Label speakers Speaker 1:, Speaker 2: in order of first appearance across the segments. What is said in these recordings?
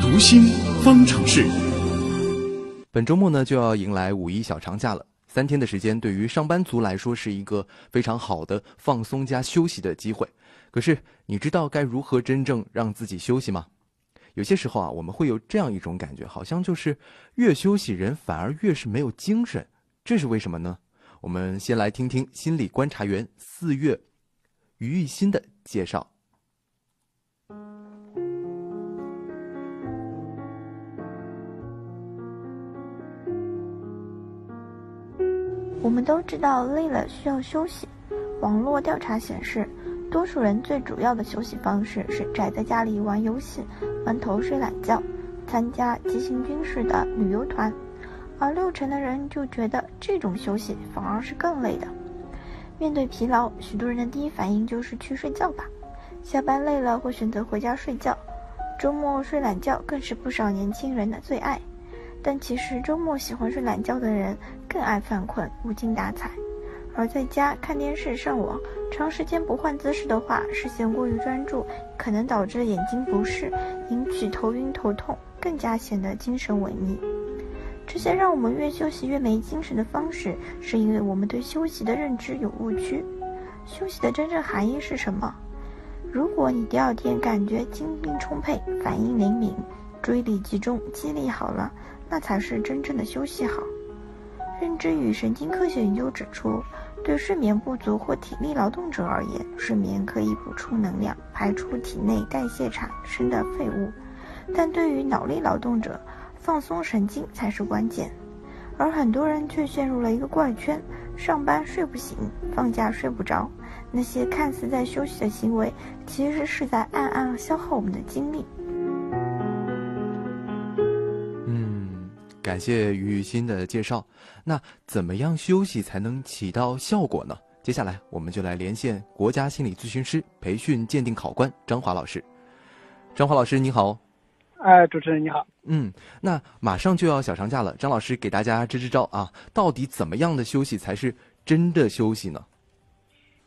Speaker 1: 读心方程式。
Speaker 2: 本周末呢就要迎来五一小长假了，三天的时间对于上班族来说是一个非常好的放松加休息的机会。可是你知道该如何真正让自己休息吗？有些时候啊，我们会有这样一种感觉，好像就是越休息人反而越是没有精神，这是为什么呢？我们先来听听心理观察员四月于艺欣的介绍。
Speaker 3: 我们都知道累了需要休息。网络调查显示，多数人最主要的休息方式是宅在家里玩游戏、闷头睡懒觉、参加急行军式的旅游团，而六成的人就觉得这种休息反而是更累的。面对疲劳，许多人的第一反应就是去睡觉吧。下班累了会选择回家睡觉，周末睡懒觉更是不少年轻人的最爱。但其实周末喜欢睡懒觉的人更爱犯困、无精打采，而在家看电视、上网，长时间不换姿势的话，视线过于专注，可能导致眼睛不适，引起头晕头痛，更加显得精神萎靡。这些让我们越休息越没精神的方式，是因为我们对休息的认知有误区。休息的真正含义是什么？如果你第二天感觉精力充沛、反应灵敏、注意力集中、精力好了，那才是真正的休息好。认知与神经科学研究指出，对睡眠不足或体力劳动者而言，睡眠可以补充能量，排出体内代谢产生的废物；但对于脑力劳动者，放松神经才是关键。而很多人却陷入了一个怪圈：上班睡不醒，放假睡不着。那些看似在休息的行为，其实是在暗暗消耗我们的精力。
Speaker 2: 嗯，感谢于雨欣的介绍。那怎么样休息才能起到效果呢？接下来我们就来连线国家心理咨询师培训鉴定考官张华老师。张华老师，你好。
Speaker 4: 哎，主持人你好。
Speaker 2: 嗯，那马上就要小长假了，张老师给大家支支招啊，到底怎么样的休息才是真的休息呢？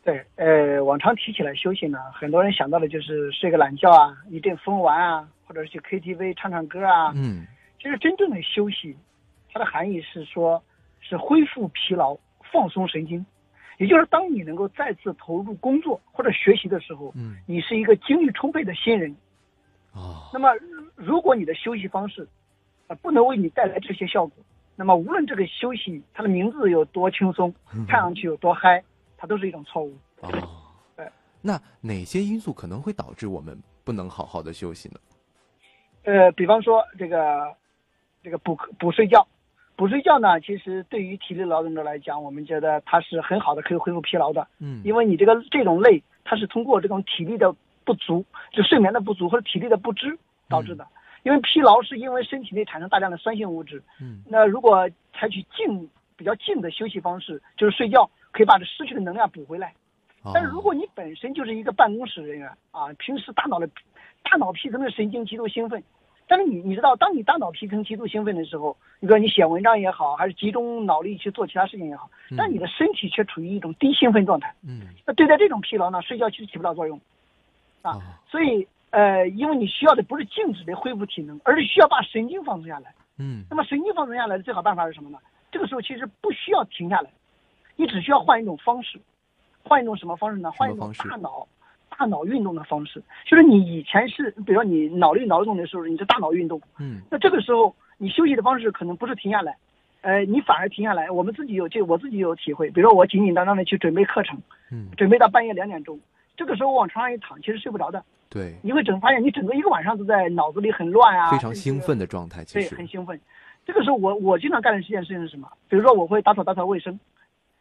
Speaker 4: 对，呃，往常提起来休息呢，很多人想到的就是睡个懒觉啊，一顿疯玩啊，或者是去 KTV 唱唱歌啊。
Speaker 2: 嗯
Speaker 4: 其实真正的休息，它的含义是说，是恢复疲劳、放松神经，也就是当你能够再次投入工作或者学习的时候，
Speaker 2: 嗯
Speaker 4: 你是一个精力充沛的新人。
Speaker 2: 哦，
Speaker 4: 那么，如果你的休息方式，呃，不能为你带来这些效果，那么无论这个休息它的名字有多轻松，
Speaker 2: 嗯
Speaker 4: 看上去有多嗨，它都是一种错误。
Speaker 2: 哦
Speaker 4: 对，
Speaker 2: 那哪些因素可能会导致我们不能好好的休息呢？
Speaker 4: 呃，比方说这个这个补补睡觉，补睡觉呢，其实对于体力劳动者来讲，我们觉得它是很好的，可以恢复疲劳的，
Speaker 2: 嗯
Speaker 4: 因为你这个这种累，它是通过这种体力的不足，就睡眠的不足或者体力的不支导致的。因为疲劳是因为身体内产生大量的酸性物质，
Speaker 2: 嗯
Speaker 4: 那如果采取静比较静的休息方式，就是睡觉，可以把这失去的能量补回来。
Speaker 2: 哦
Speaker 4: 但是如果你本身就是一个办公室人员啊，平时大脑的大脑皮层的神经极度兴奋，但是你你知道，当你大脑皮层极度兴奋的时候，你说你写文章也好，还是集中脑力去做其他事情也好，但你的身体却处于一种低兴奋状态。
Speaker 2: 嗯
Speaker 4: 那对待这种疲劳呢，睡觉其实起不了作用。啊
Speaker 2: 哦
Speaker 4: 所以，呃，因为你需要的不是静止的恢复体能，而是需要把神经放松下来。
Speaker 2: 嗯
Speaker 4: 那么神经放松下来的最好办法是什么呢？这个时候其实不需要停下来，你只需要换一种方式，换一种什么方式呢？换一种
Speaker 2: 方式
Speaker 4: 大脑大脑运动的方式，就是你以前是，比如说你脑力劳动的时候，你是大脑运动，
Speaker 2: 嗯
Speaker 4: 那这个时候你休息的方式可能不是停下来，呃，你反而停下来。我们自己有这，我自己有体会，比如说我紧紧张张的去准备课程，
Speaker 2: 嗯，
Speaker 4: 准备到半夜两点钟，这个时候往床上一躺，其实睡不着的，
Speaker 2: 对，
Speaker 4: 你会整发现你整个一个晚上都在脑子里很乱嗯啊，
Speaker 2: 非常
Speaker 4: 这个
Speaker 2: 兴奋的状态，其
Speaker 4: 对，
Speaker 2: 实
Speaker 4: 很兴奋。这个时候我我经常干的一件事情是什么？比如说我会打扫打扫卫生，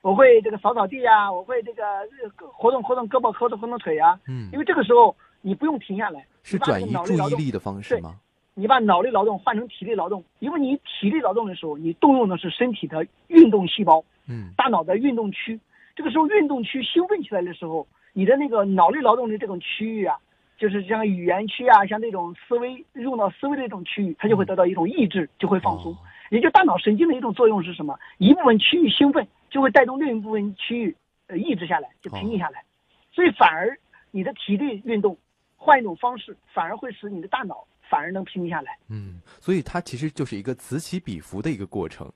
Speaker 4: 我会这个扫扫地呀、我会这个呃活动活动胳膊，活动活动腿啊。
Speaker 2: 嗯
Speaker 4: 因为这个时候你不用停下来，
Speaker 2: 是
Speaker 4: 你把
Speaker 2: 转
Speaker 4: 这个
Speaker 2: 移
Speaker 4: 脑
Speaker 2: 注
Speaker 4: 力劳
Speaker 2: 意
Speaker 4: 动，
Speaker 2: 力的方式
Speaker 4: 对
Speaker 2: 吗？
Speaker 4: 你把脑力劳动换成体力劳动，因为你体力劳动的时候，你动用的是身体的运动细胞，
Speaker 2: 嗯
Speaker 4: 大脑的运动区。这个时候运动区兴奋起来的时候，你的那个脑力劳动的这种区域啊，就是像语言区啊，像这种思维用到思维的这种区域，它就会得到一种抑制，就会放松
Speaker 2: 哦。
Speaker 4: 也就大脑神经的一种作用是什么？一部分区域兴奋，就会带动另一部分区域呃抑制下来，就平静下来。所以反而你的体力运动换一种方式，反而会使你的大脑反而能平静下来。
Speaker 2: 嗯，所以它其实就是一个此起彼伏的一个过程。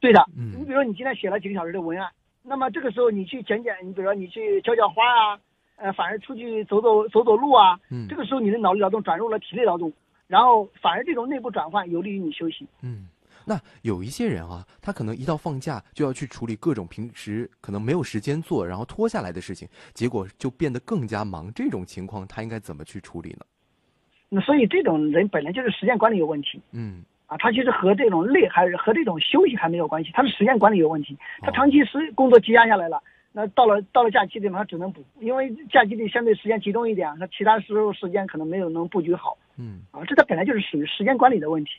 Speaker 4: 对的，
Speaker 2: 嗯
Speaker 4: 你比如说你今天写了几个小时的文案，啊那么这个时候你去剪剪，你比如说你去浇浇花啊，呃，反而出去走走走走路啊，
Speaker 2: 嗯
Speaker 4: 这个时候你的脑力劳动转入了体力劳动，然后反而这种内部转换有利于你休息。
Speaker 2: 嗯，那有一些人啊，他可能一到放假就要去处理各种平时可能没有时间做，然后拖下来的事情，结果就变得更加忙。这种情况他应该怎么去处理呢？
Speaker 4: 那所以这种人本来就是时间管理有问题
Speaker 2: 嗯
Speaker 4: 啊，他其实和这种累还是和这种休息还没有关系，他是时间管理有问题，他
Speaker 2: 哦
Speaker 4: 长期时工作积压下来了。那到了到了假期里嘛，他只能补，因为假期里相对时间集中一点，那其他时候时间可能没有能布局好
Speaker 2: 嗯
Speaker 4: 啊，这他本来就是属于时间管理的问题。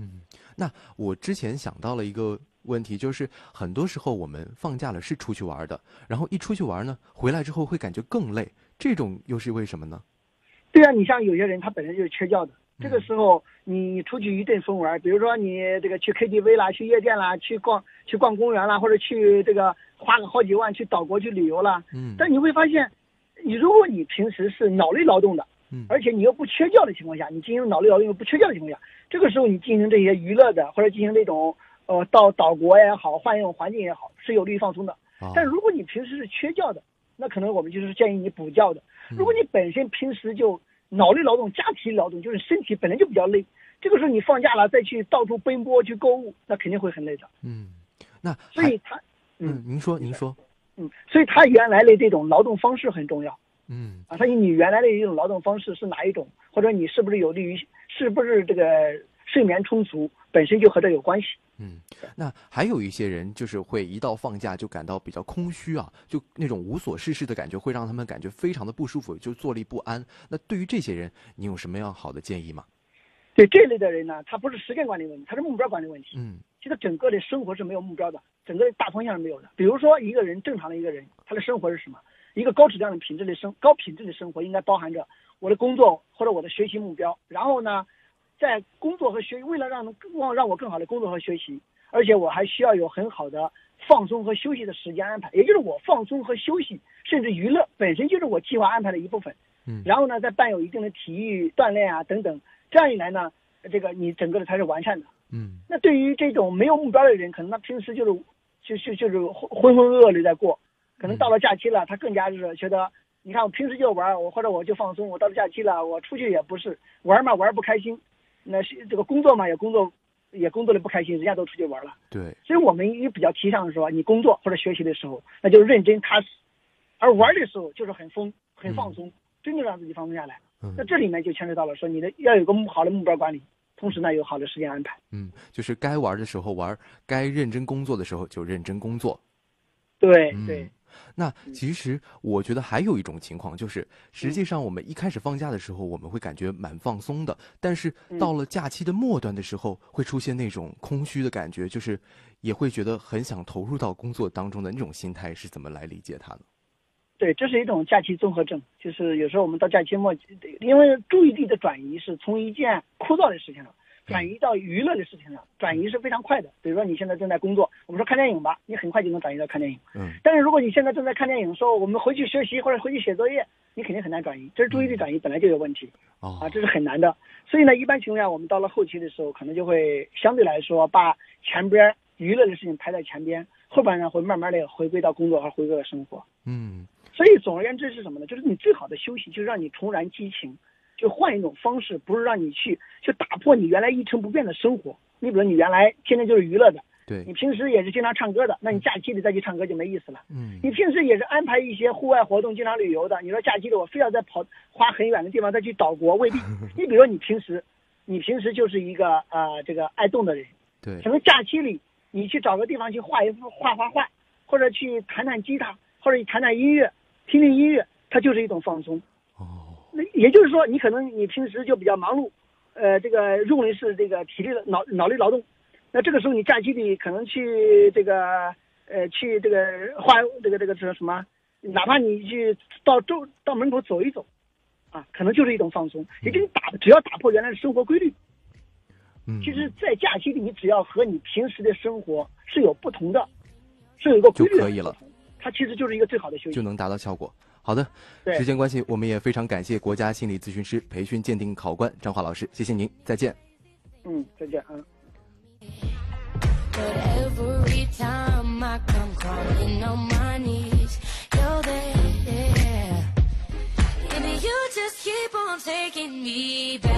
Speaker 2: 嗯。那我之前想到了一个问题，就是很多时候我们放假了是出去玩的，然后一出去玩呢，回来之后会感觉更累，这种又是为什么呢？
Speaker 4: 对啊，你像有些人他本身就是缺觉的，这个
Speaker 2: 嗯
Speaker 4: 时候你出去一顿疯玩，比如说你这个去 KTV 啦，去夜店啦，去逛去逛公园啦，或者去这个花个好几万去岛国去旅游啦，
Speaker 2: 嗯，
Speaker 4: 但你会发现，你如果你平时是脑力劳动的，
Speaker 2: 嗯
Speaker 4: 而且你又不缺觉的情况下，你进行脑力劳动又不缺觉的情况下，这个时候你进行这些娱乐的或者进行这种呃到岛国也好，换一种环境也好，是有利于放松的。
Speaker 2: 哦
Speaker 4: 但如果你平时是缺觉的，那可能我们就是建议你补觉的。
Speaker 2: 嗯
Speaker 4: 如果你本身平时就脑力劳动加体力劳动，就是身体本来就比较累，这个时候你放假了再去到处奔波去购物，那肯定会很累的。
Speaker 2: 嗯，那
Speaker 4: 所
Speaker 2: 还
Speaker 4: 以他，
Speaker 2: 嗯
Speaker 4: 嗯，
Speaker 2: 您说您说，
Speaker 4: 嗯，所以他原来的这种劳动方式很重要
Speaker 2: 嗯
Speaker 4: 啊。他以你原来的一种劳动方式是哪一种，或者你是不是有利于，是不是这个睡眠充足，本身就和这有关系。
Speaker 2: 嗯，那还有一些人就是会一到放假就感到比较空虚啊，就那种无所事事的感觉，会让他们感觉非常的不舒服，就坐立不安。那对于这些人，你有什么样好的建议吗？
Speaker 4: 对这类的人呢，他不是时间管理问题，他是目标管理问题。
Speaker 2: 嗯
Speaker 4: 其实整个的生活是没有目标的，整个大方向是没有的。比如说一个人正常的一个人，他的生活是什么？一个高质量的品质的生高品质的生活应该包含着我的工作或者我的学习目标，然后呢，在工作和学习为了让让让我更好的工作和学习，而且我还需要有很好的放松和休息的时间安排，也就是我放松和休息甚至娱乐本身就是我计划安排的一部分。
Speaker 2: 嗯
Speaker 4: 然后呢，再伴有一定的体育锻炼啊等等，这样一来呢，这个你整个的才是完善的。
Speaker 2: 嗯
Speaker 4: 那对于这种没有目标的人，可能他平时就是就就就是浑浑噩噩的在过，可能到了假期了，他更加是觉得，你看我平时就玩，我或者我就放松，我到了假期了，我出去也不是玩嘛，玩不开心，那是这个工作嘛也工作也工作的不开心，人家都出去玩了，
Speaker 2: 对，
Speaker 4: 所以我们也比较提倡说，你工作或者学习的时候，那就认真踏实，而玩的时候就是很松很放松，真正让自己放松下来。
Speaker 2: 嗯
Speaker 4: 那这里面就牵扯到了说，你的要有个好的目标管理，同时呢有好的时间安排。
Speaker 2: 嗯，就是该玩的时候玩，该认真工作的时候就认真工作。
Speaker 4: 对
Speaker 2: 嗯
Speaker 4: 哎对。
Speaker 2: 那其实我觉得还有一种情况，就是实
Speaker 4: 嗯
Speaker 2: 际上我们一开始放假的时候，我们会感觉蛮放松的，但是
Speaker 4: 嗯
Speaker 2: 到了假期的末端的时候，会出现那种空虚的感觉，就是也会觉得很想投入到工作当中的那种心态，是怎么来理解它呢？
Speaker 4: 对，这是一种假期综合症，就是有时候我们到假期末，因为注意力的转移是从一件枯燥的事情上转移到娱乐的事情上，转移是非常快的。比如说你现在正在工作，我们说看电影吧，你很快就能转移到看电影。
Speaker 2: 嗯
Speaker 4: 但是如果你现在正在看电影，说我们回去学习或者回去写作业，你肯定很难转移，这是注意力转移本来就有问题
Speaker 2: 哦
Speaker 4: 啊，这是很难的。所以呢，一般情况下，我们到了后期的时候，可能就会相对来说把前边娱乐的事情排在前边，后半呢会慢慢的回归到工作和回归到生活。
Speaker 2: 嗯
Speaker 4: 所以总而言之是什么呢？就是你最好的休息，就是让你重燃激情，就换一种方式，不是让你去去打破你原来一成不变的生活。你比如你原来天天就是娱乐的，你
Speaker 2: 对
Speaker 4: 平时也是经常唱歌的，那你假期里再去唱歌就没意思了。
Speaker 2: 嗯
Speaker 4: 你平时也是安排一些户外活动，经常旅游的。你说假期里我非要再跑花很远的地方再去岛国，未必。你比如说你平时，你平时就是一个呃这个爱动的人，
Speaker 2: 对
Speaker 4: 可能假期里你去找个地方去画一幅画画画，或者去弹弹吉他，或者弹弹音乐，听听音乐，它就是一种放松。
Speaker 2: 哦
Speaker 4: 那也就是说，你可能你平时就比较忙碌，呃，这个用的是这个体力的脑脑力劳动，那这个时候你假期里可能去这个呃去这个画这个这个这个什么，哪怕你去到周到门口走一走，啊，可能就是一种放松，也就是你打只要打破原来的生活规律，
Speaker 2: 嗯
Speaker 4: 其实，在假期里，你只要和你平时的生活是有不同的，是有一个规律的
Speaker 2: 就可以了
Speaker 4: 不同，它其实就是一个最好的休息
Speaker 2: 就。能达到效果。好的，
Speaker 4: 对
Speaker 2: 时间关系，我们也非常感谢国家心理咨询师培训鉴定考官张华老师，谢谢您，再见。
Speaker 4: 嗯，再见，嗯。
Speaker 1: But every time I come crawling on my knees, you're there. Yeah, but you just keep on taking me back.